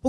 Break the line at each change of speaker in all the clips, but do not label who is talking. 不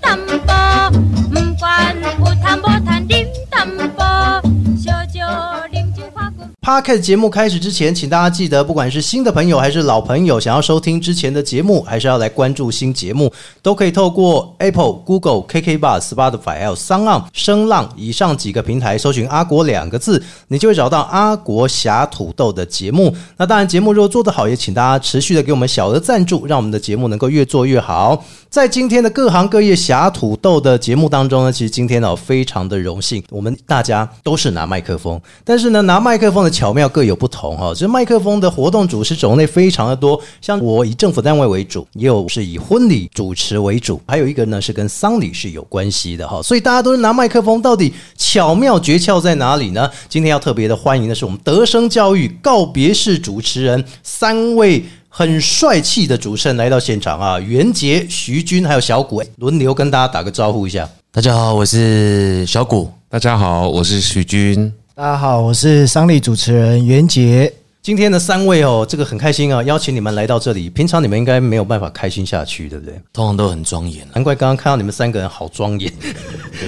tâm bò mừng quan u tham bò than điểm tâm bò cho cho điểm chữ hoa cùng
Podcast 节目开始之前，请大家记得，不管是新的朋友还是老朋友，想要收听之前的节目，还是要来关注新节目，都可以透过 Apple、Google、KK Bar、Spotify 还有 s o n On、声浪以上几个平台搜寻“阿国”两个字，你就会找到阿国侠土豆的节目。那当然，节目如果做得好，也请大家持续的给我们小额赞助，让我们的节目能够越做越好。在今天的各行各业侠土豆的节目当中呢，其实今天哦非常的荣幸，我们大家都是拿麦克风，但是呢拿麦克风的巧妙各有不同哈、哦。就是麦克风的活动主持种类非常的多，像我以政府单位为主，也有是以婚礼主持为主，还有一个呢是跟丧礼是有关系的哈、所以大家都是拿麦克风，到底巧妙诀窍在哪里呢？今天要特别的欢迎的是我们德生教育告别式主持人三位。很帅气的主持人来到现场啊，袁杰、徐军还有小谷轮流跟大家打个招呼一下。
大家好，我是小谷。
大家好，我是许军。
大家好，我是商力主持人袁杰。
今天的三位哦，这个很开心啊，邀请你们来到这里。平常你们应该没有办法开心下去，对不对？
通常都很庄严啊，
难怪刚刚看到你们三个人好庄严。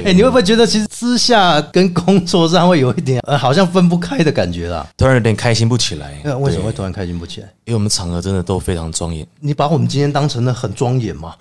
哎、你会不会觉得其实私下跟工作上会有一点呃，好像分不开的感觉啦？
突然有点开心不起来。
呃
呃
那为什么
对
会突然开心不起来？
因为我们场合真的都非常庄严。
你把我们今天当成了很庄严嘛？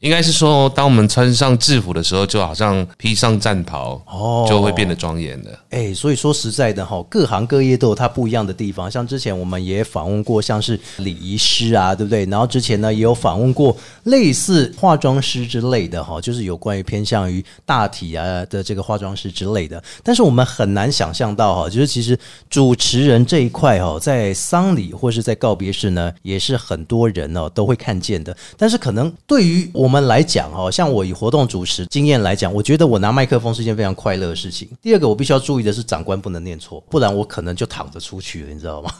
应该是说，当我们穿上制服的时候，就好像披上战袍，
哦
就会变得庄严的。
哎、所以说实在的哈，各行各业都有它不一样的地方。像之前我们也访问过，像是礼仪师啊，对不对？然后之前呢也有访问过类似化妆师之类的哈，就是有关于偏向于大体啊的这个化妆师之类的。但是我们很难想象到哈，就是其实主持人这一块哈，在丧礼或是在告别式呢，也是很多人哦都会看见的。但是可能对于我们来讲哦，像我以活动主持经验来讲，我觉得我拿麦克风是一件非常快乐的事情。 第二个，我必须要注意的是，长官不能念错，不然我可能就躺着出去了，你知道吗？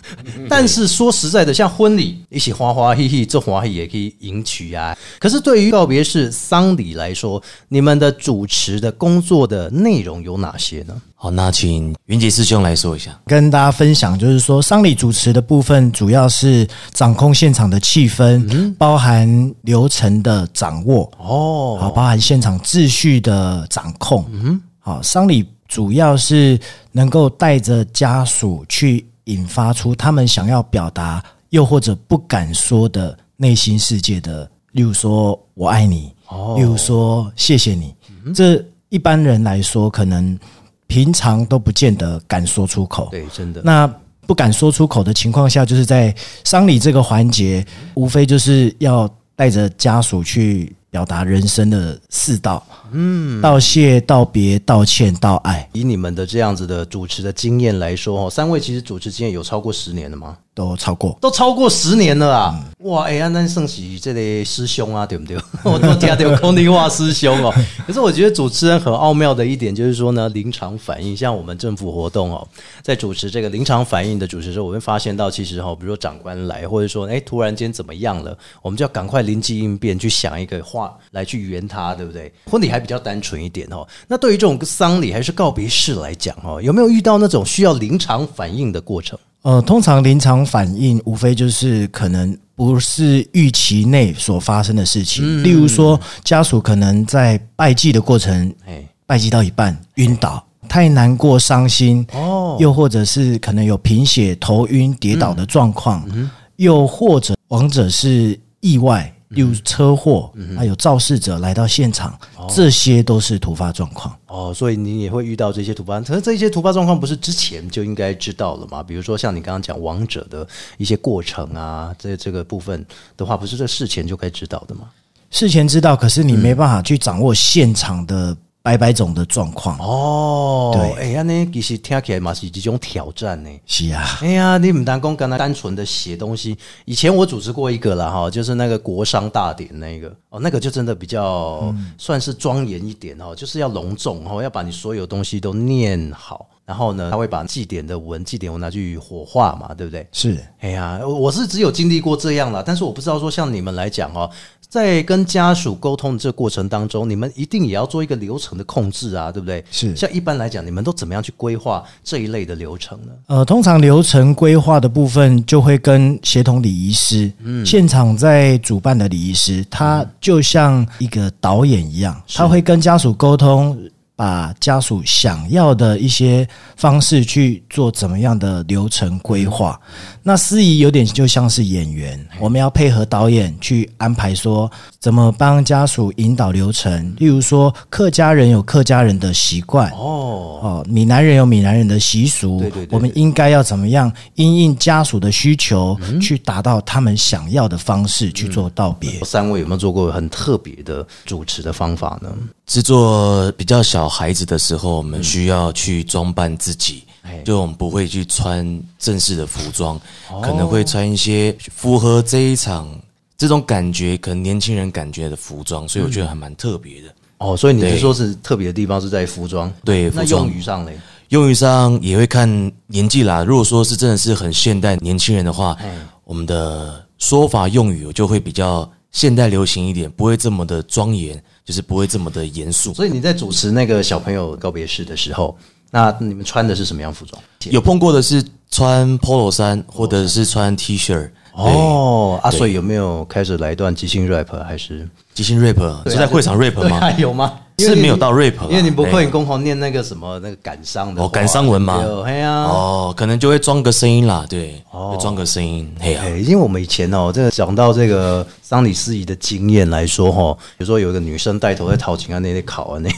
但是说实在的，像婚礼一起花花嘿嘿，这花嘿也可以迎娶啊。可是对于告别式、丧礼来说，你们的主持的工作的内容有哪些呢？
好，那请云杰师兄来说一下。
跟大家分享，就是说丧礼主持的部分，主要是掌控现场的气氛，包含流程的掌握，
哦，
好，包含现场秩序的掌控。嗯，好，丧礼主要是能够带着家属去引发出他们想要表达，又或者不敢说的内心世界的，例如说“我爱你”，例如说“谢谢你”这一般人来说，可能平常都不见得敢说出口。
对，真的。
那不敢说出口的情况下，就是在丧礼这个环节，无非就是要带着家属去表达人生的四道，嗯，道谢、道别、道歉、道爱，
以你们的这样子的主持的经验来说，哦，三位其实主持经验有超过十年了吗？
都超过。
都超过十年了啊！哇，哎、呀，那算是这类师兄啊，对不 对？我都听到空地话师兄哦。可是我觉得主持人很奥妙的一点就是说呢，临场反应，像我们政府活动哦，在主持这个临场反应的主持的时候，我会发现到其实哈、哦，比如说长官来，或者说哎、突然间怎么样了，我们就要赶快临机应变去想一个话来去圆它，对不对？婚礼还比较单纯一点哦。那对于这种丧礼还是告别式来讲哦，有没有遇到那种需要临场反应的过程？
呃，通常临场反应无非就是可能不是预期内所发生的事情，例如说家属可能在拜祭的过程
哎，
拜祭到一半晕倒，太难过、伤心，
哦
又或者是可能有贫血、头晕、跌倒的状况，
嗯
又或者亡者是意外，
嗯
例如车祸，还有肇事者来到现场，这些都是突发状况。
哦，所以你也会遇到这些突发，可是这些突发状况不是之前就应该知道了吗？比如说像你刚刚讲王者的一些过程啊，这这个部分的话，不是这事前就该知道的吗？
事前知道，可是你没
嗯
办法去掌握现场的百百种的状况。
哦，
对
哎呀，那其实听起来嘛是一种挑战呢。
是啊，
哎呀，你们单光刚才单纯的写东西，以前我组织过一个啦哈，就是那个国商大典那个哦，那个就真的比较算是庄严一点哦，就是要隆重哦，要把你所有东西都念好。然后呢，他会把祭典的文、祭典文拿去火化嘛，对不对？
是
哎呀，我是只有经历过这样啦，但是我不知道说像你们来讲哦，在跟家属沟通的这个过程当中，你们一定也要做一个流程的控制啊，对不对？
是
像一般来讲，你们都怎么样去规划这一类的流程呢？
呃，通常流程规划的部分就会跟协同礼仪师，
嗯
现场在主办的礼仪师，他就像一个导演一样，他会跟家属沟通，把家属想要的一些方式去做怎么样的流程
嗯
规划。那司仪有点就像是演员，我们要配合导演去安排说怎么帮家属引导流程，例如说客家人有客家人的习惯，
哦，
哦，闽南人有闽南人的习俗，
对对对对
我们应该要怎么样因应家属的需求，去达到他们想要的方式去做道别。
三位有没有做过很特别的主持的方法呢？
制作比较小孩子的时候，我们需要去装扮自己，
哎
就我们不会去穿正式的服装，
哦
可能会穿一些符合这一场这种感觉，可能年轻人感觉的服装，所以我觉得还蛮特别的。
哦，所以你是
对
说是特别的地方是在服装，
对，
那
服
用
装
语上嘞，
用语上也会看年纪啦。如果说是真的是很现代年轻人的话，
嗯
我们的说法用语就会比较现代流行一点，不会这么的庄严，就是不会这么的严肃。
所以你在主持那个小朋友告别式的时候，那你们穿的是什么样服装？
有碰过的是穿 polo 衫或者是穿 T 恤，对，
哦，啊，
对
所以有没有开始来一段即兴 rap 还是
即兴 rap 是在会场 rap
对啊
吗？
有吗？
是没有到 rap 啊
因为你不
对
会公侯念那个什么那个感伤的
哦
话
感伤文吗
对哎呀，
哦，可能就会装个声音啦，对，
哦
会装个声音，嘿呀
哎、，因为我们以前哦，这个讲到这个丧礼司仪的经验来说哈、哦，比如说有一个女生带头在讨情啊，那些考啊 那，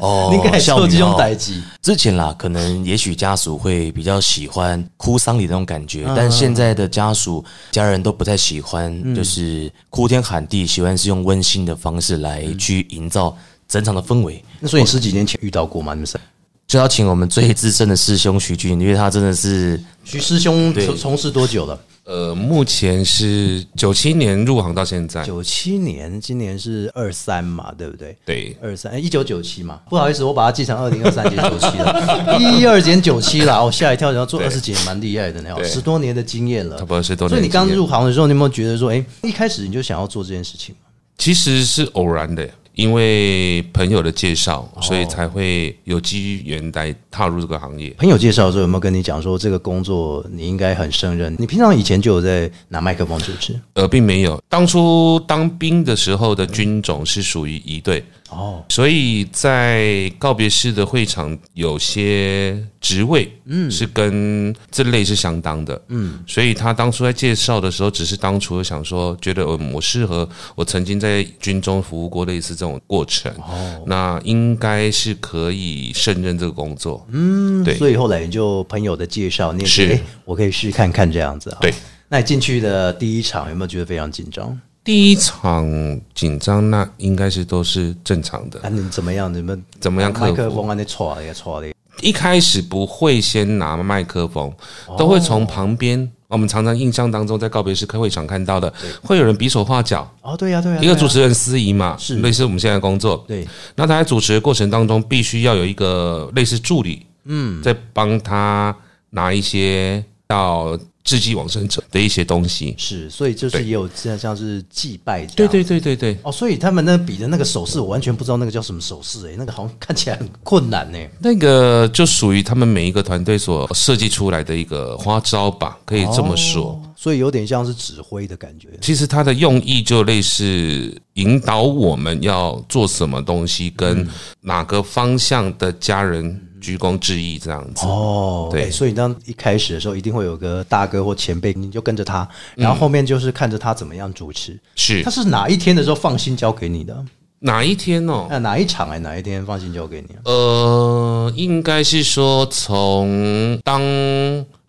哦
应该也
笑
受
你
这种
哦
代际。
之前啦，可能也许家属会比较喜欢哭丧礼那种感觉，但现在的家属家人都不太喜欢，就是哭天喊地，喜欢是用温馨的方式来去营造整场的氛围。
那所以你十几年前遇到过吗？你们是
就要请我们最资深的师兄徐俊，因为他真的是
徐师兄
对
从从事多久了？
呃，目前是九七年入行到现在，
九七年，今年是二三嘛，对不对？
对，
二三一九九七嘛，不好意思，我把它记成二零二三减九七 了，一二减九七啦，我吓一跳，然后做
对
二十几年蛮厉害的呢，哦
对
十多年的经验了
差。不多是多
所
年
以
经验。
你刚入行的时候，你有没有觉得说，哎、一开始你就想要做这件事情吗？
其实是偶然的，因为朋友的介绍，
哦
所以才会有机缘来踏入这个行业。
朋友介绍的时候有没有跟你讲说，这个工作你应该很胜任？你平常以前就有在拿麦克风主持
呃，并没有，当初当兵的时候的军种是属于一队，
哦，
所以在告别式的会场，有些职位，嗯，是跟这类是相当的，嗯，所以他当初在介绍的时候，只是当初想说，觉得嗯，我适合，我曾经在军中服务过类似这种过程，哦，那应该是可以胜任这个工作，嗯，对，
所以后来你就朋友的介绍，你也
是
觉得哎我可以试试看看这样子啊。
对，
那你进去的第一场有没有觉得非常紧张？
第一场紧张，那应该是都是正常的
啊，，你怎么样？你们
呃怎么样克
麦克
服？
风啊，那错的也错的。
一开始不会先拿麦克风，都会从旁边。我们常常印象当中，在告别式开会场看到的，会有人比手画脚，
哦，对呀、对呀、
一个主
人。
持人司仪嘛，
是
类似我们现在的工作。
对，
那他在主持的过程当中，必须要有一个类似助理，嗯，在帮他拿一些到致敬往生者的一些东西。
是，所以就是
对
也有像像是祭拜这
对
样。
对对对对，
哦，所以他们那比的那个手势，我完全不知道那个叫什么手势哎诶、那个好像看起来很困难呢、哎
那个就属于他们每一个团队所设计出来的一个花招吧，可以这么说。
所以有点像是指挥的感觉。
其实它的用意就类似引导我们要做什么东西，跟哪个方向的家人鞠躬致意这样子。
哦，
对
诶所以当一开始的时候，一定会有个大哥或前辈，你就跟着他，
嗯
然后后面就是看着他怎么样主持。
是
他是哪一天的时候放心交给你的？
哪一天哦？
那哪一场哎、哪一天放心交给你、啊？
呃，应该是说从当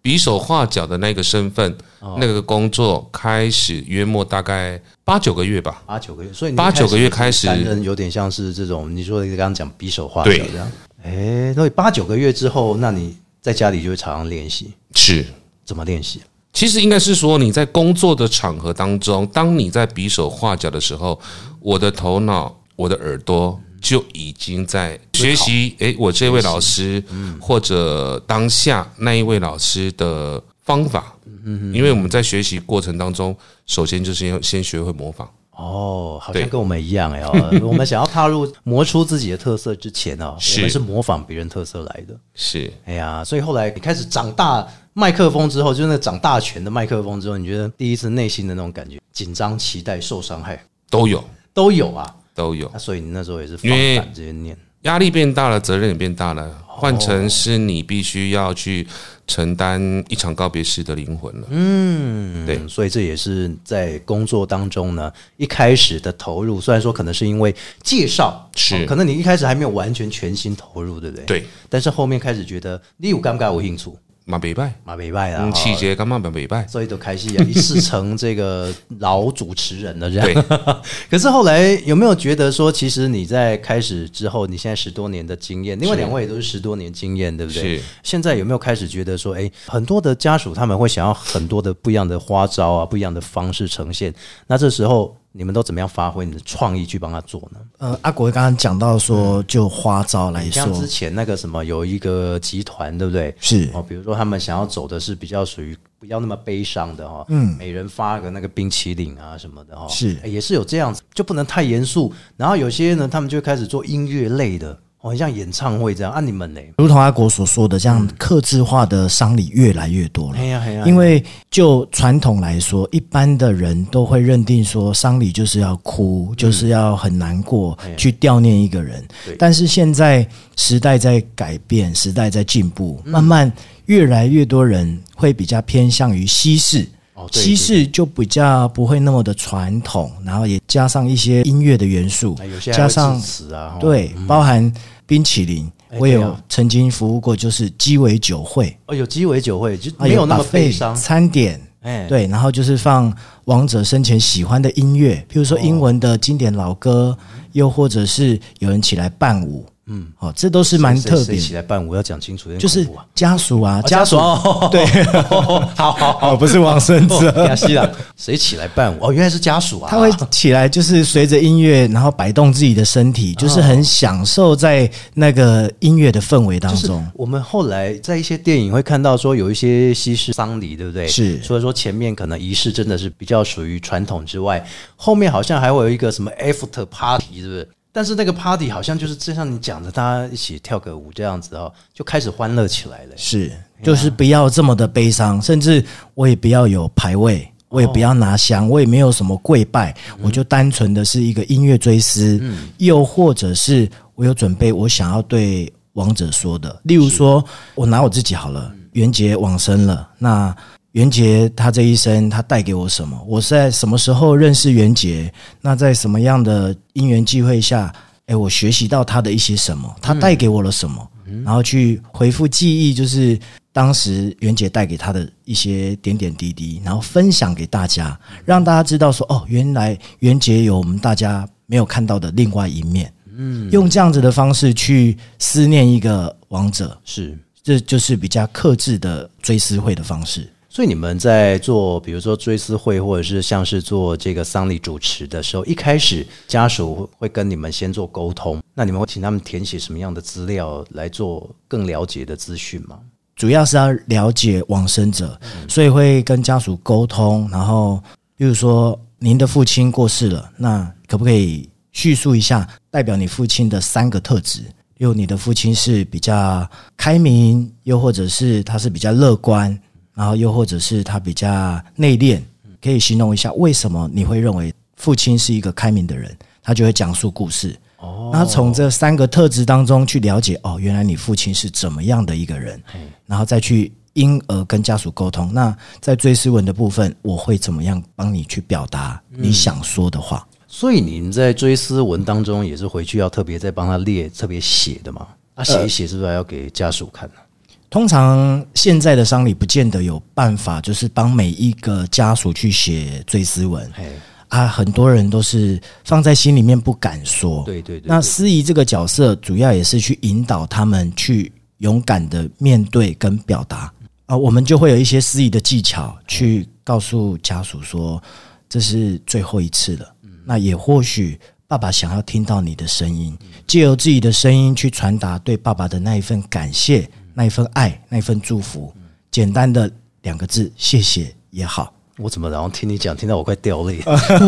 比手画脚的那个身份、那个工作开始，约莫大概八九个月吧。
八九个月，所以你
八九个月开
担
始，
任有点像是这种你说的刚刚讲比手画脚
对
这样。哎，所以八九个月之后，那你在家里就会常常练习，
是
怎么练习？
其实应该是说，你在工作的场合当中，当你在比手画脚的时候，我的头脑、我的耳朵就已经在学习。诶，我这位老师，或者当下那一位老师的方法，因为我们在学习过程当中，首先就是要先学会模仿。
哦，好像
对
跟我们一样哎、 哦，我们想要踏入磨出自己的特色之前哦，我
是
们是模仿别人特色来的。
是，
哎呀，所以后来你开始长大麦克风之后，就是那长大权的麦克风之后，你觉得第一次内心的那种感觉，紧张、期待、受伤害
都有，
都有啊。
都有
那、。所以你那时候也是放
因为
胆这些念，
压力变大了，责任也变大了，换成是你必须要去承担一场告别式的灵魂了。对
嗯，所以这也是在工作当中呢一开始的投入。虽然说可能是因为介绍，
是
哦可能你一开始还没有完全全心投入，对不对？
对。
但是后面开始觉得你有尴尬，我应处，
马北拜，
嘛没拜啦，
嗯，气
哦
节干嘛马北 拜？
所以都开戏啊，一试成这个老主持人了这样
对。
可是后来有没有觉得说，其实你在开始之后，你现在十多年的经验，另外两位也都是十多年经验，对不对
是？
现在有没有开始觉得说，哎，很多的家属他们会想要很多的不一样的花招啊，不一样的方式呈现，那这时候你们都怎么样发挥你的创意去帮他做呢？
呃，阿国刚刚讲到说，就花招来说
像，之前那个什么，有一个集团，对不对？
是
哦，比如说他们想要走的是比较属于不要那么悲伤的哈、哦，嗯，每人发个那个冰淇淋啊什么的哈、哦，
是
哎也是有这样子，就不能太严肃。然后有些呢，他们就开始做音乐类的，哦，很像演唱会这样。啊，你们呢？
如同阿国所说的，这样克制化的丧礼越来越多了。
哎呀哎呀，
因为就传统来说，一般的人都会认定说丧礼就是要哭，就是要很难过，去悼念一个人
嗯哎对。
但是现在时代在改变，时代在进步，
嗯
慢慢越来越多人会比较偏向于西式。
哦对
西式就比较不会那么的传统，然后也加上一些音乐的元素
哎有，些还
加
会
上
致辞啊，哦，
对，包含冰淇淋，
哎
我
对
有
啊
曾经服务过，就是鸡尾酒会，
哦，有鸡尾酒会就
啊
没有那么
buffet
悲伤，
餐点。
哎，
对，然后就是放王者生前喜欢的音乐，譬如说英文的经典老歌，又或者是有人起来伴舞，嗯，哦，这都是蛮
谁
特
谁
别
起
的，
来伴舞要讲清楚，有点
就是
恐怖啊
家属啊，
啊家属哦，对，好好好，
哦，不是王生
哦
哲，
亚西朗，谁起来伴舞？哦，原来是家属啊，
他会起来，就是随着音乐，然后摆动自己的身体，就是很享受在那个音乐的氛围当中。
我们后来在一些电影会看到说有一些西式丧礼，对不对？
是
所以说前面可能仪式真的是比较属于传统之外，后面好像还会有一个什么 after party，是不是？但是那个 party 好像就是就像你讲的，大家一起跳个舞这样子哦，就开始欢乐起来了。
是，就是不要这么的悲伤，甚至我也不要有牌位，我也不要拿香，我也没有什么跪拜，我就单纯的是一个音乐追思，又或者是我有准备我想要对王者说的，例如说，我拿我自己好了，袁杰往生了，那。袁杰他这一生，他带给我什么？我是在什么时候认识袁杰？那在什么样的因缘际会下，哎，我学习到他的一些什么？他带给我了什么？然后去回复记忆，就是当时袁姐带给他的一些点点滴滴，然后分享给大家，让大家知道说，哦，原来袁姐有我们大家没有看到的另外一面。嗯，用这样子的方式去思念一个王者，
是，
这就是比较克制的追思会的方式。
所以你们在做，比如说追思会，或者是像是做这个丧礼主持的时候，一开始家属会跟你们先做沟通，那你们会请他们填写什么样的资料来做更了解的资讯吗？
主要是要了解往生者，所以会跟家属沟通，然后比如说您的父亲过世了，那可不可以叙述一下代表你父亲的三个特质？例如你的父亲是比较开明，又或者是他是比较乐观，然后又或者是他比较内敛，可以形容一下为什么你会认为父亲是一个开明的人？他就会讲述故事。哦，那从这三个特质当中去了解，哦，原来你父亲是怎么样的一个人，然后再去因而跟家属沟通。那在追思文的部分，我会怎么样帮你去表达你想说的话？
所以你们在追思文当中也是回去要特别再帮他列、特别写的吗？啊，写一写是不是还要给家属看呢、
通常现在的丧礼不见得有办法，就是帮每一个家属去写追思文
嘿
啊，很多人都是放在心里面不敢说。
对对对
那
对
司仪这个角色主要也是去引导他们去勇敢的面对跟表达啊，我们就会有一些司仪的技巧
嗯
去告诉家属说，这是最后一次了。那也或许爸爸想要听到你的声音，借由自己的声音去传达对爸爸的那一份感谢、
嗯
那一份爱、那一份祝福。简单的两个字，谢谢也好。
我怎么然后听你讲，听到我快掉泪，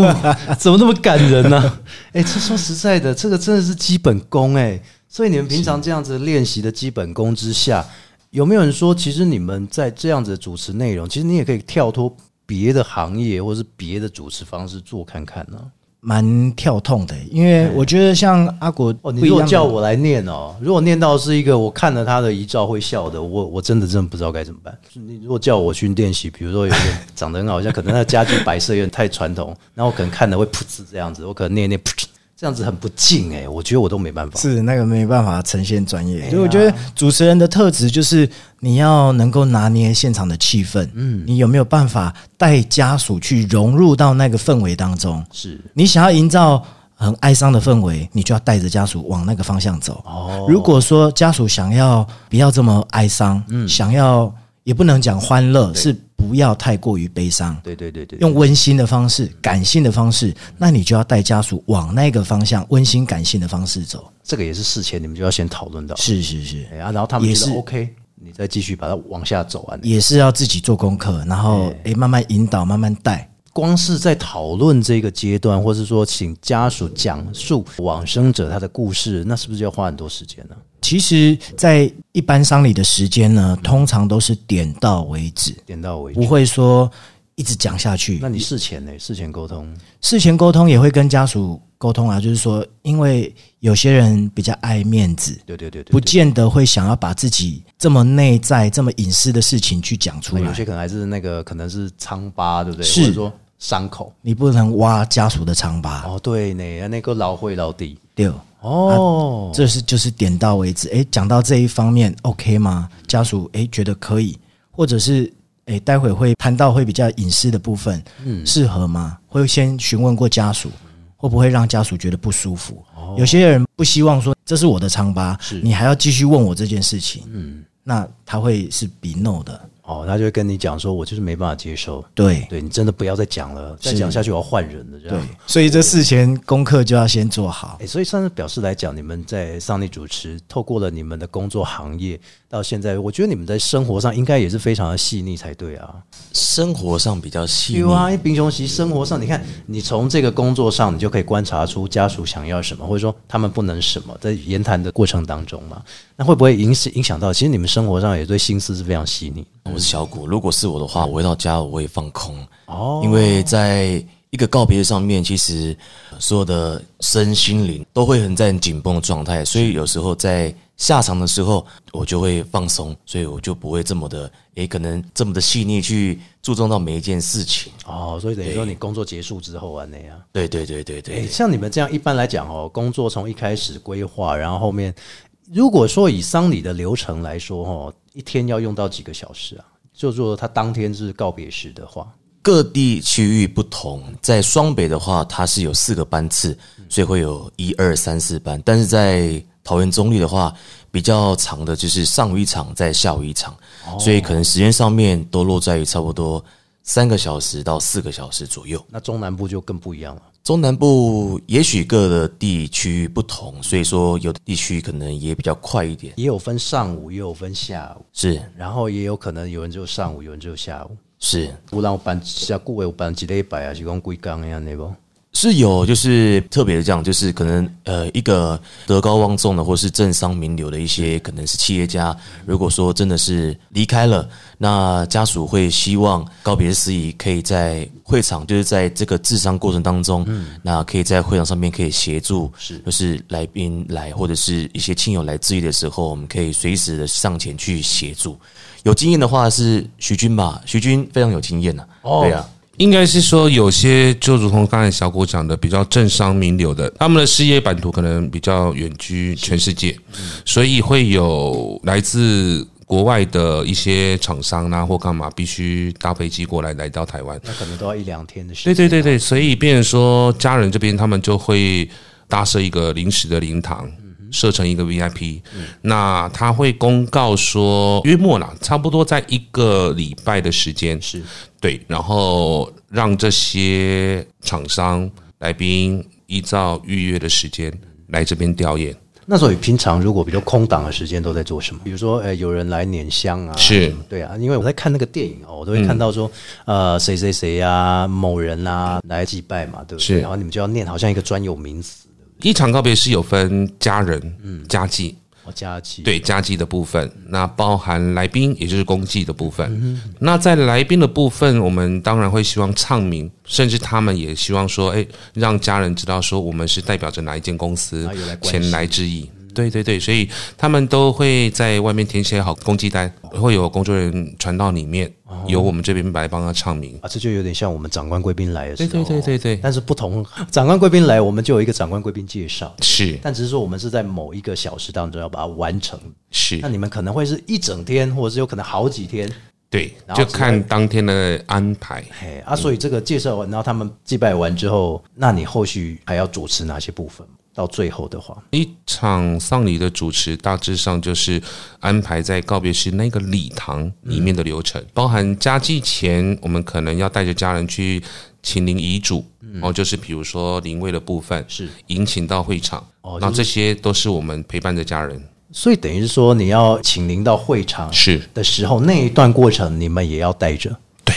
怎么那么感人呢、哎、这说实在的，这个真的是基本功哎、所以你们平常这样子练习的基本功之下，有没有人说，其实你们在这样子的主持内容，其实你也可以跳脱别的行业或是别的主持方式做看看呢、
蛮跳痛的，因为我觉得像阿国
哦，你
不一
如
样
果
的
叫我来念哦，如果念到是一个我看了他的遗照会笑的，我我真的真的不知道该怎么办。你如果叫我去练习，比如说有一个 长得很好笑，可能他的家具摆设有点太传统，然后我可能看了会噗嗤这样子，我可能念一念噗嗤，这样子很不敬哎、我觉得我都没办法。
是那个没办法呈现专业，所以我觉得主持人的特质就是你要能够拿捏现场的气氛，嗯，你有没有办法带家属去融入到那个氛围当中？
是
你想要营造很哀伤的氛围，你就要带着家属往那个方向走。
哦，
如果说家属想要不要这么哀伤，嗯，想要也不能讲欢乐，是不要太过于悲伤，
对对对对，
用温馨的方式、感性的方式，那你就要带家属往那个方向，温馨感性的方式走。
这个也是事前你们就要先讨论到，
是是是，
哎、啊，然后他们
也
觉得
是
OK，你再继续把它往下走啊。
也是要自己做功课，然后
哎
诶、慢慢引导，慢慢带。
光是在讨论这个阶段，或是说请家属讲述往生者他的故事，那是不是要花很多时间呢？
其实，在一般丧礼的时间呢，通常都是点到为止，
点到为止
不。会说一直讲下去
那。你事前呢？事前沟通
事前沟通也会跟家属沟通啊，就是说，因为有些人比较爱面子，
对对对对，
不
对
见得会想要把自己这么内在、这么隐私的事情去讲出
那有
来。
些可能还是那个，可能是疮疤，对不对？
是
或者说伤口。
你不能挖家属的疮疤，
哦，对呢，那个老会老底。
对。
哦，
这是就是点到为止。诶，讲到这一方面，OK 吗？家属诶觉得可以，或者是诶待会会谈到会比较隐私的部分，
嗯
适合吗？会先询问过家属，会不会让家属觉得不舒服？有些人不希望说哦这是我的疮疤，你还要继续问我这件事情，嗯，那他会是比 no 的，
哦，他就会跟你讲说，我就是没办法接受。
对
对你真的不要再讲了，再
是
讲下去我要换人了。这
对啊
样。，
所以这事前功课就要先做好
哎、。所以算是表示来讲，你们在上帝主持，透过了你们的工作行业到现在，我觉得你们在生活上应该也是非常的细腻才对啊。
生活上比较细腻
有，啊，因为贫穷其实生活上，你看，你从这个工作上，你就可以观察出家属想要什么，或者说他们不能什么，在言谈的过程当中嘛，那会不会影响影响到？其实你们生活上也对心思是非常细腻
我是小谷，如果是我的话，我回到家我会放空，
哦
因为在一个告别上面，其实所有的身心灵都会很在很紧绷的状态，所以有时候在下场的时候，我就会放松，所以我就不会这么的，诶，可能这么的细腻去注重到每一件事情。
哦，所以等于说你工作结束之后啊那样。
对对对对对
诶，像你们这样，一般来讲哦，工作从一开始规划，然后后面，如果说以丧礼的流程来说哦，一天要用到几个小时啊？就说他当天是告别式的话，
各地区域不同，在双北的话，它是有四个班次，所以会有一二三四班。但是在桃园中立的话，比较长的就是上午一场，在下午一场，所以可能时间上面都落在于差不多三个小时到四个小时左右。
那中南部就更不一样了。
中南部也许各的地区不同，所以说有的地区可能也比较快一点。
也有分上午，也有分下午，
是
然后也有可能有人只有上午，有人只有下午。
是
有人有办下顾有办一礼拜啊，是讲几工的安尼无？
是有，就是特别的这样，就是可能呃，一个德高望重的，或是政商名流的一些，可能是企业家。如果说真的是离开了，那家属会希望告别司仪可以在会场，就是在这个治丧过程当中，那可以在会场上面可以协助，是就是来宾来或者是一些亲友来致意的时候，我们可以随时的上前去协助。有经验的话是徐军吧，徐军非常有经验呐、对啊，
应该是说，有些就如同刚才小谷讲的，比较政商名流的，他们的事业版图可能比较远居全世界，所以会有来自国外的一些厂商啊或干嘛，必须搭飞机过来来到台湾。
那可能都要一两天的时
对
间。
对对对，所以变成说家人这边他们就会搭设一个临时的灵堂。设成一个 VIP，、那他会公告说约莫啦，差不多在一个礼拜的时间，
是
对，然后让这些厂商、来宾、依照预约的时间来这边吊唁。
那所以平常如果比较空档的时间都在做什么？比如说，呃，有人来捻香啊，
是嗯
对啊，因为我在看那个电影哦，我都会看到说，呃，谁谁谁啊，某人啊来祭拜嘛，对不对？
是
然后你们就要念好像一个专有名词，
一场告别式有分家人、嗯、家祭，
哦，家祭，
对家祭的部分，那包含来宾，也就是公祭的部分。
嗯
那在来宾的部分，我们当然会希望唱名，甚至他们也希望说，哎、让家人知道说我们是代表着哪一间公司
啊有来关嗯
前来之意。对对对，所以他们都会在外面填写好公祭单，会有工作人员传到里面，
哦
由我们这边来帮他唱名。
啊，这就有点像我们长官贵宾来的时
对
候，
对对对对，
但是不同，长官贵宾来，我们就有一个长官贵宾介绍，
是
但只是说我们是在某一个小时当中要把它完成。
是
那，你们可能会是一整天，或者是有可能好几天，
对，
然后
就看当天的安排。
嘿啊，所以这个介绍完，然后他们祭拜完之后，那你后续还要主持哪些部分？到最后的话，
一场丧礼的主持大致上就是安排在告别式那个礼堂里面的流程，
嗯
包含家祭前，我们可能要带着家人去请灵遗嘱，哦，就是比如说灵位的部分
嗯是
迎请到会场，
哦就是
那
哦
这些都是我们陪伴着家人，
所以等于是说你要请您到会场
是
的时候，那一段过程你们也要带着。
对，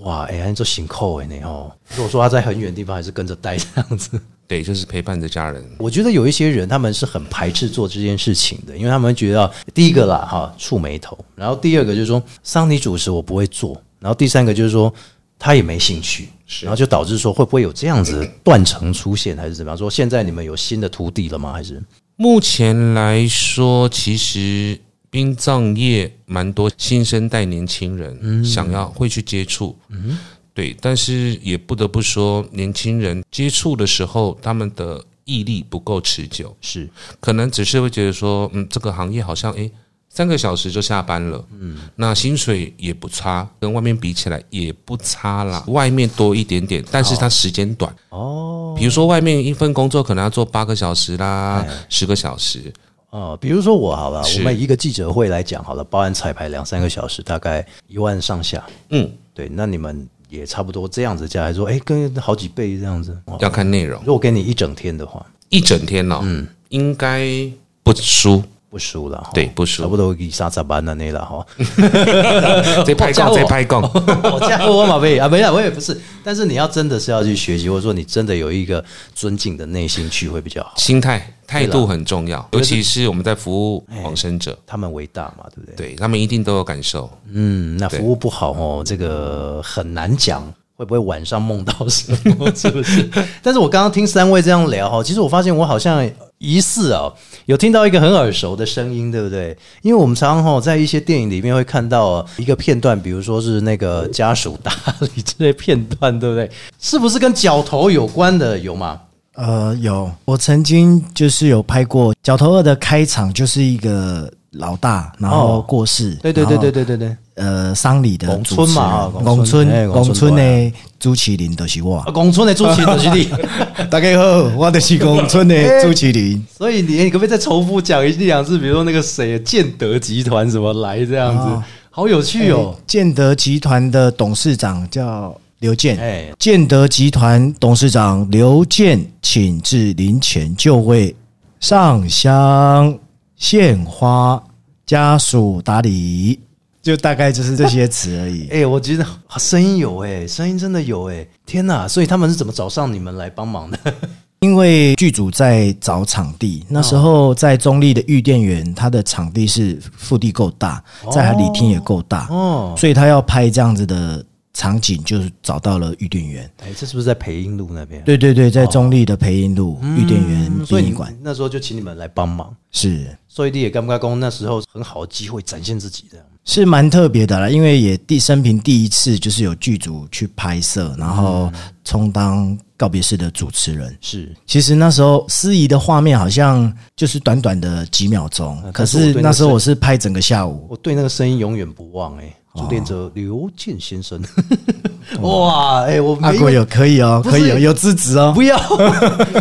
哇，哎、欸，做行扣哎，你哦，如果说他在很远的地方，还是跟着带这样子。
对，就是陪伴着家人，
我觉得有一些人他们是很排斥做这件事情的，因为他们觉得第一个啦哈触眉头，然后第二个就是说桑尼主持我不会做，然后第三个就是说他也没兴趣，然后就导致说会不会有这样子的断层出现，还是怎么样？说现在你们有新的徒弟了吗？还是
目前来说，其实殡葬业蛮多新生代年轻人想要会去接触，对，但是也不得不说，年轻人接触的时候，他们的毅力不够持久，
是
可能只是会觉得说，嗯，这个行业好像诶。三个小时就下班了，嗯，那薪水也不差，跟外面比起来也不差啦。外面多一点点，但是它时间短，
哦
比如说外面一份工作可能要做八个小时啦，十个小时，
哦，比如说我好了，
是
我们以一个记者会来讲好了，包含彩排两三个小时，大概一万上下。
嗯，
对，那你们也差不多这样子下来说，哎、跟好几倍这样子。哦
要看内容，
如果给你一整天的话，
一整天哦，嗯，应该不输，
不输了，哈
对，不输，
差不多给三十班了那了哈。
这拍
加
杠，
我
这拍杠，
我加入我马贝啊，没了，我也不是。但是你要真的是要去学习，或者说你真的有一个尊敬的内心去，会比较好。
心态态度很重要，尤其是哎我们在服务往生者，
他们为大嘛，对不对？
对他们一定都有感受，
嗯，那服务不好哦，这个很难讲。会不会晚上梦到什么？是不是？ 但是我刚刚听三位这样聊哈，其实我发现我好像疑似哦，有听到一个很耳熟的声音，对不对？因为我们常常哦，在一些电影里面会看到哦一个片段，比如说是那个家属 打理之类片段，对不对？是不是跟脚头有关的有吗？
呃，有，我曾经就是有拍过《角头二》的开场，就是一个老大，然后
哦
过世，
对对
然
对
后
对对对对。
呃，丧礼的
拱
主
村
持
嘛
人
啊拱
拱
村哎
村，
拱
拱
村
村的朱麒麟都是我
啊，。拱村的朱启的兄 弟，
大家好， 我就是拱 村
哎
的朱麒麟。
所以你你可不可以再重复讲一两次？比如说那个谁，建德集团怎么来这样子，
哦
好有趣哦。
哎建德集团的董事长叫刘健，
哎、
建德集团董事长刘健，请至灵前就位，上香献花，家属打理，就大概就是这些词而已
哎、。我觉得啊声音有哎、声音真的有哎、天哪！所以他们是怎么找上你们来帮忙的？
因为剧组在找场地，那时候在中立的御电园，它的场地是腹地够大，在它里厅也够大，
哦，
所以他要拍这样子的场景，就是找到了御电园。
哎、这是不是在培英路那边？啊
对对对，在中立的培英路御电园
嗯，所以
殡
你
仪馆
那时候就请你们来帮忙。
是
所以你也干不干工？那时候很好的机会展现自己的。
是蛮特别的啦，因为也第生平第一次就是有剧组去拍摄，然
嗯
后充当告别式的主持人。
是，
其实那时候司仪的画面好像就是短短的几秒钟，可
呃可是我
是
对那
那时候
声
我是拍整个下午，
我对那个声音永远不忘哎、朱店哲刘健先 生，哇哎、我
阿
没
啊国有可以哦，
不是
可以哦，有资质哦，
不要，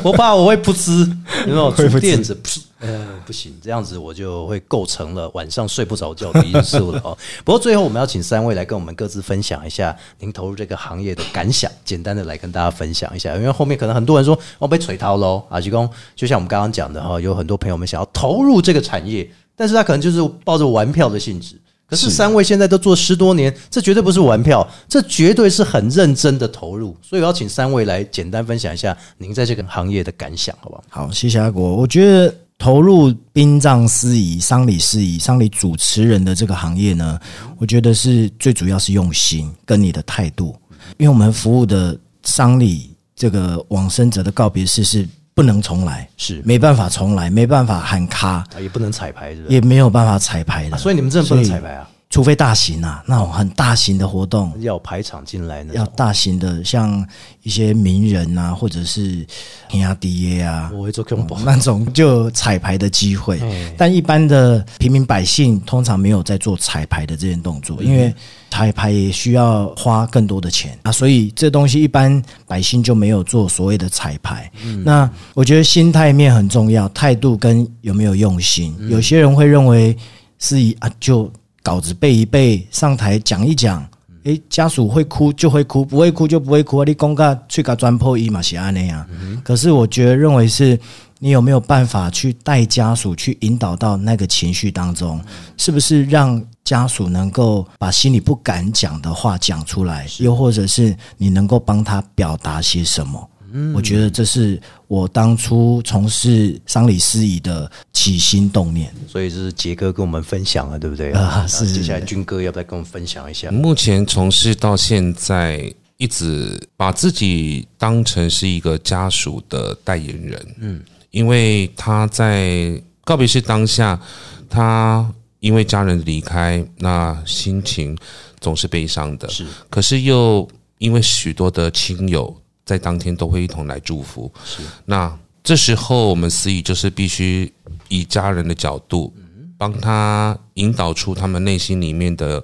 我怕我会噗嗤，有没有
会噗
触
嗤
电子噗呃，不行，这样子我就会构成了晚上睡不着觉的因素了哦。不过最后我们要请三位来跟我们各自分享一下您投入这个行业的感想，简单的来跟大家分享一下，因为后面可能很多人说哦被锤掏喽啊，鞠躬，就像我们刚刚讲的哈、有很多朋友们想要投入这个产业，但是他可能就是抱着玩票的性质。可是三位现在都做十多年，这绝对不是玩票，这绝对是很认真的投入。所以我要请三位来简单分享一下您在这个行业的感想，好不好？
好，谢谢阿国。我觉得投入殡葬司仪、丧礼司仪、丧礼主持人的这个行业呢，我觉得是最主要是用心跟你的态度，因为我们服务的丧礼这个往生者的告别式是不能重来，
是
没办法重来，没办法喊卡，
啊，也不能彩排，是不是？
也没有办法彩排的，
啊所以你们真的不能
所
彩
以
排啊，
除非大型啊，那种很大型的活动，
要有排场进来呢。
要大型的，像一些名人啊，或者是天涯 DA 啊，
我会做 combo
那种就有彩排的机会
哎。
但一般的平民百姓通常没有在做彩排的这件动作，因为彩排也需要花更多的钱啊，所以这东西一般百姓就没有做所谓的彩排。那我觉得心态面很重要，态度跟有没有用心。有些人会认为司仪啊，就稿子背一背，上台讲一讲。诶、家属会哭就会哭，不会哭就不会哭啊！你公告去搞专破一嘛是安那啊样、可是我觉得认为是你有没有办法去带家属去引导到那个情绪当中，是不是让家属能够把心里不敢讲的话讲出来，又或者是你能够帮他表达些什么？我觉得这是我当初从事丧礼司仪的起心动念。
所以这是杰哥跟我们分享了，对不对？
啊
然后
是嗯
接下来军哥要不要跟我们分享一下？
目前从事到现在，一直把自己当成是一个家属的代言人。嗯，因为他在告别式当下，他因为家人离开，那心情总是悲伤的。
是，
可是又因为许多的亲友在当天都会一同来祝福。是，那这时候我们司仪就是必须以家人的角度，帮他引导出他们内心里面的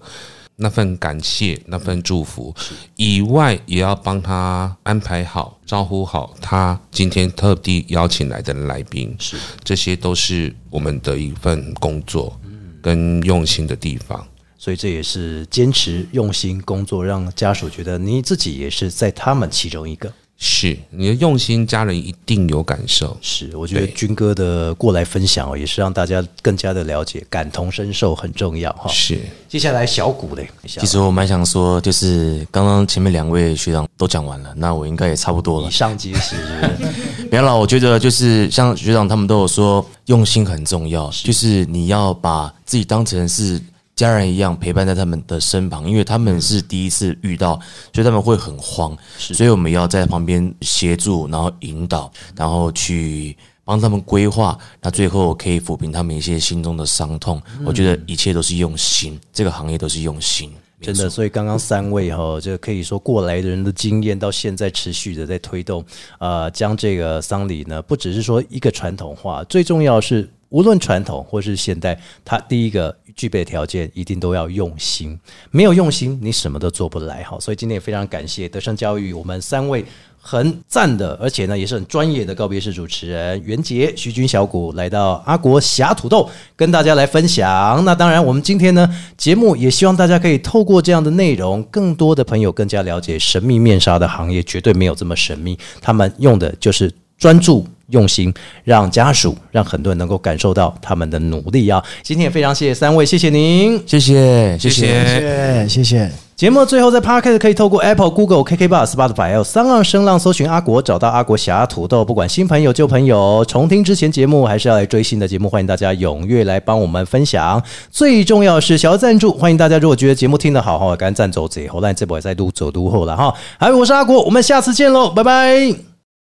那份感谢、那份祝福，
嗯
以外也要帮他安排好、招呼好他今天特地邀请来的来宾。
是，
这些都是我们的一份工作，
嗯
跟用心的地方。
所以这也是坚持用心工作，让家属觉得你自己也是在他们其中一个。
是你的用心，家人一定有感受。
是，我觉得
对
军哥的过来分享哦，也是让大家更加的了解，感同身受很重要哈。
是，
接下来小谷嘞，一下
其实我蛮想说，就是刚刚前面两位学长都讲完了，那我应该也差不多了
以。上皆是，是不是？
没有啦，我觉得就是像学长他们都有说，用心很重要，就是你要把自己当成是家人一样陪伴在他们的身旁，因为他们是第一次遇到，所以他们会很慌，所以我们要在旁边协助，然后引导，然后去。帮他们规划，那最后可以抚平他们一些心中的伤痛。我觉得一切都是用心，这个行业都是用心。
真的，所以刚刚三位哈、这可以说过来人的经验，到现在持续的在推动，呃，将这个丧礼呢，不只是说一个传统化，最重要是无论传统或是现代，它第一个具备的条件一定都要用心，没有用心，你什么都做不来哈。所以今天也非常感谢德胜教育我们三位很赞的，而且呢也是很专业的告别式主持人袁杰、徐军、小谷来到阿国侠土豆跟大家来分享。那当然，我们今天呢节目也希望大家可以透过这样的内容，更多的朋友更加了解神秘面纱的行业，绝对没有这么神秘，他们用的就是专注。用心，让家属，让很多人能够感受到他们的努力啊！今天也非常谢谢三位，谢谢您。
谢谢，
谢谢。
对，谢谢。
节目的最后，在 Podcast 可以透过 Apple、Google、KK Bar、Spotify 还有三浪声浪搜寻阿国，找到阿国侠土豆。不管新朋友旧朋友，重听之前节目，还是要来追新的节目，欢迎大家踊跃来帮我们分享。最重要的是小额赞助，欢迎大家如果觉得节目听得好哈，赶紧赞走贼，后来这波也在录走读后了哈。还有我是阿国，我们下次见喽，拜拜。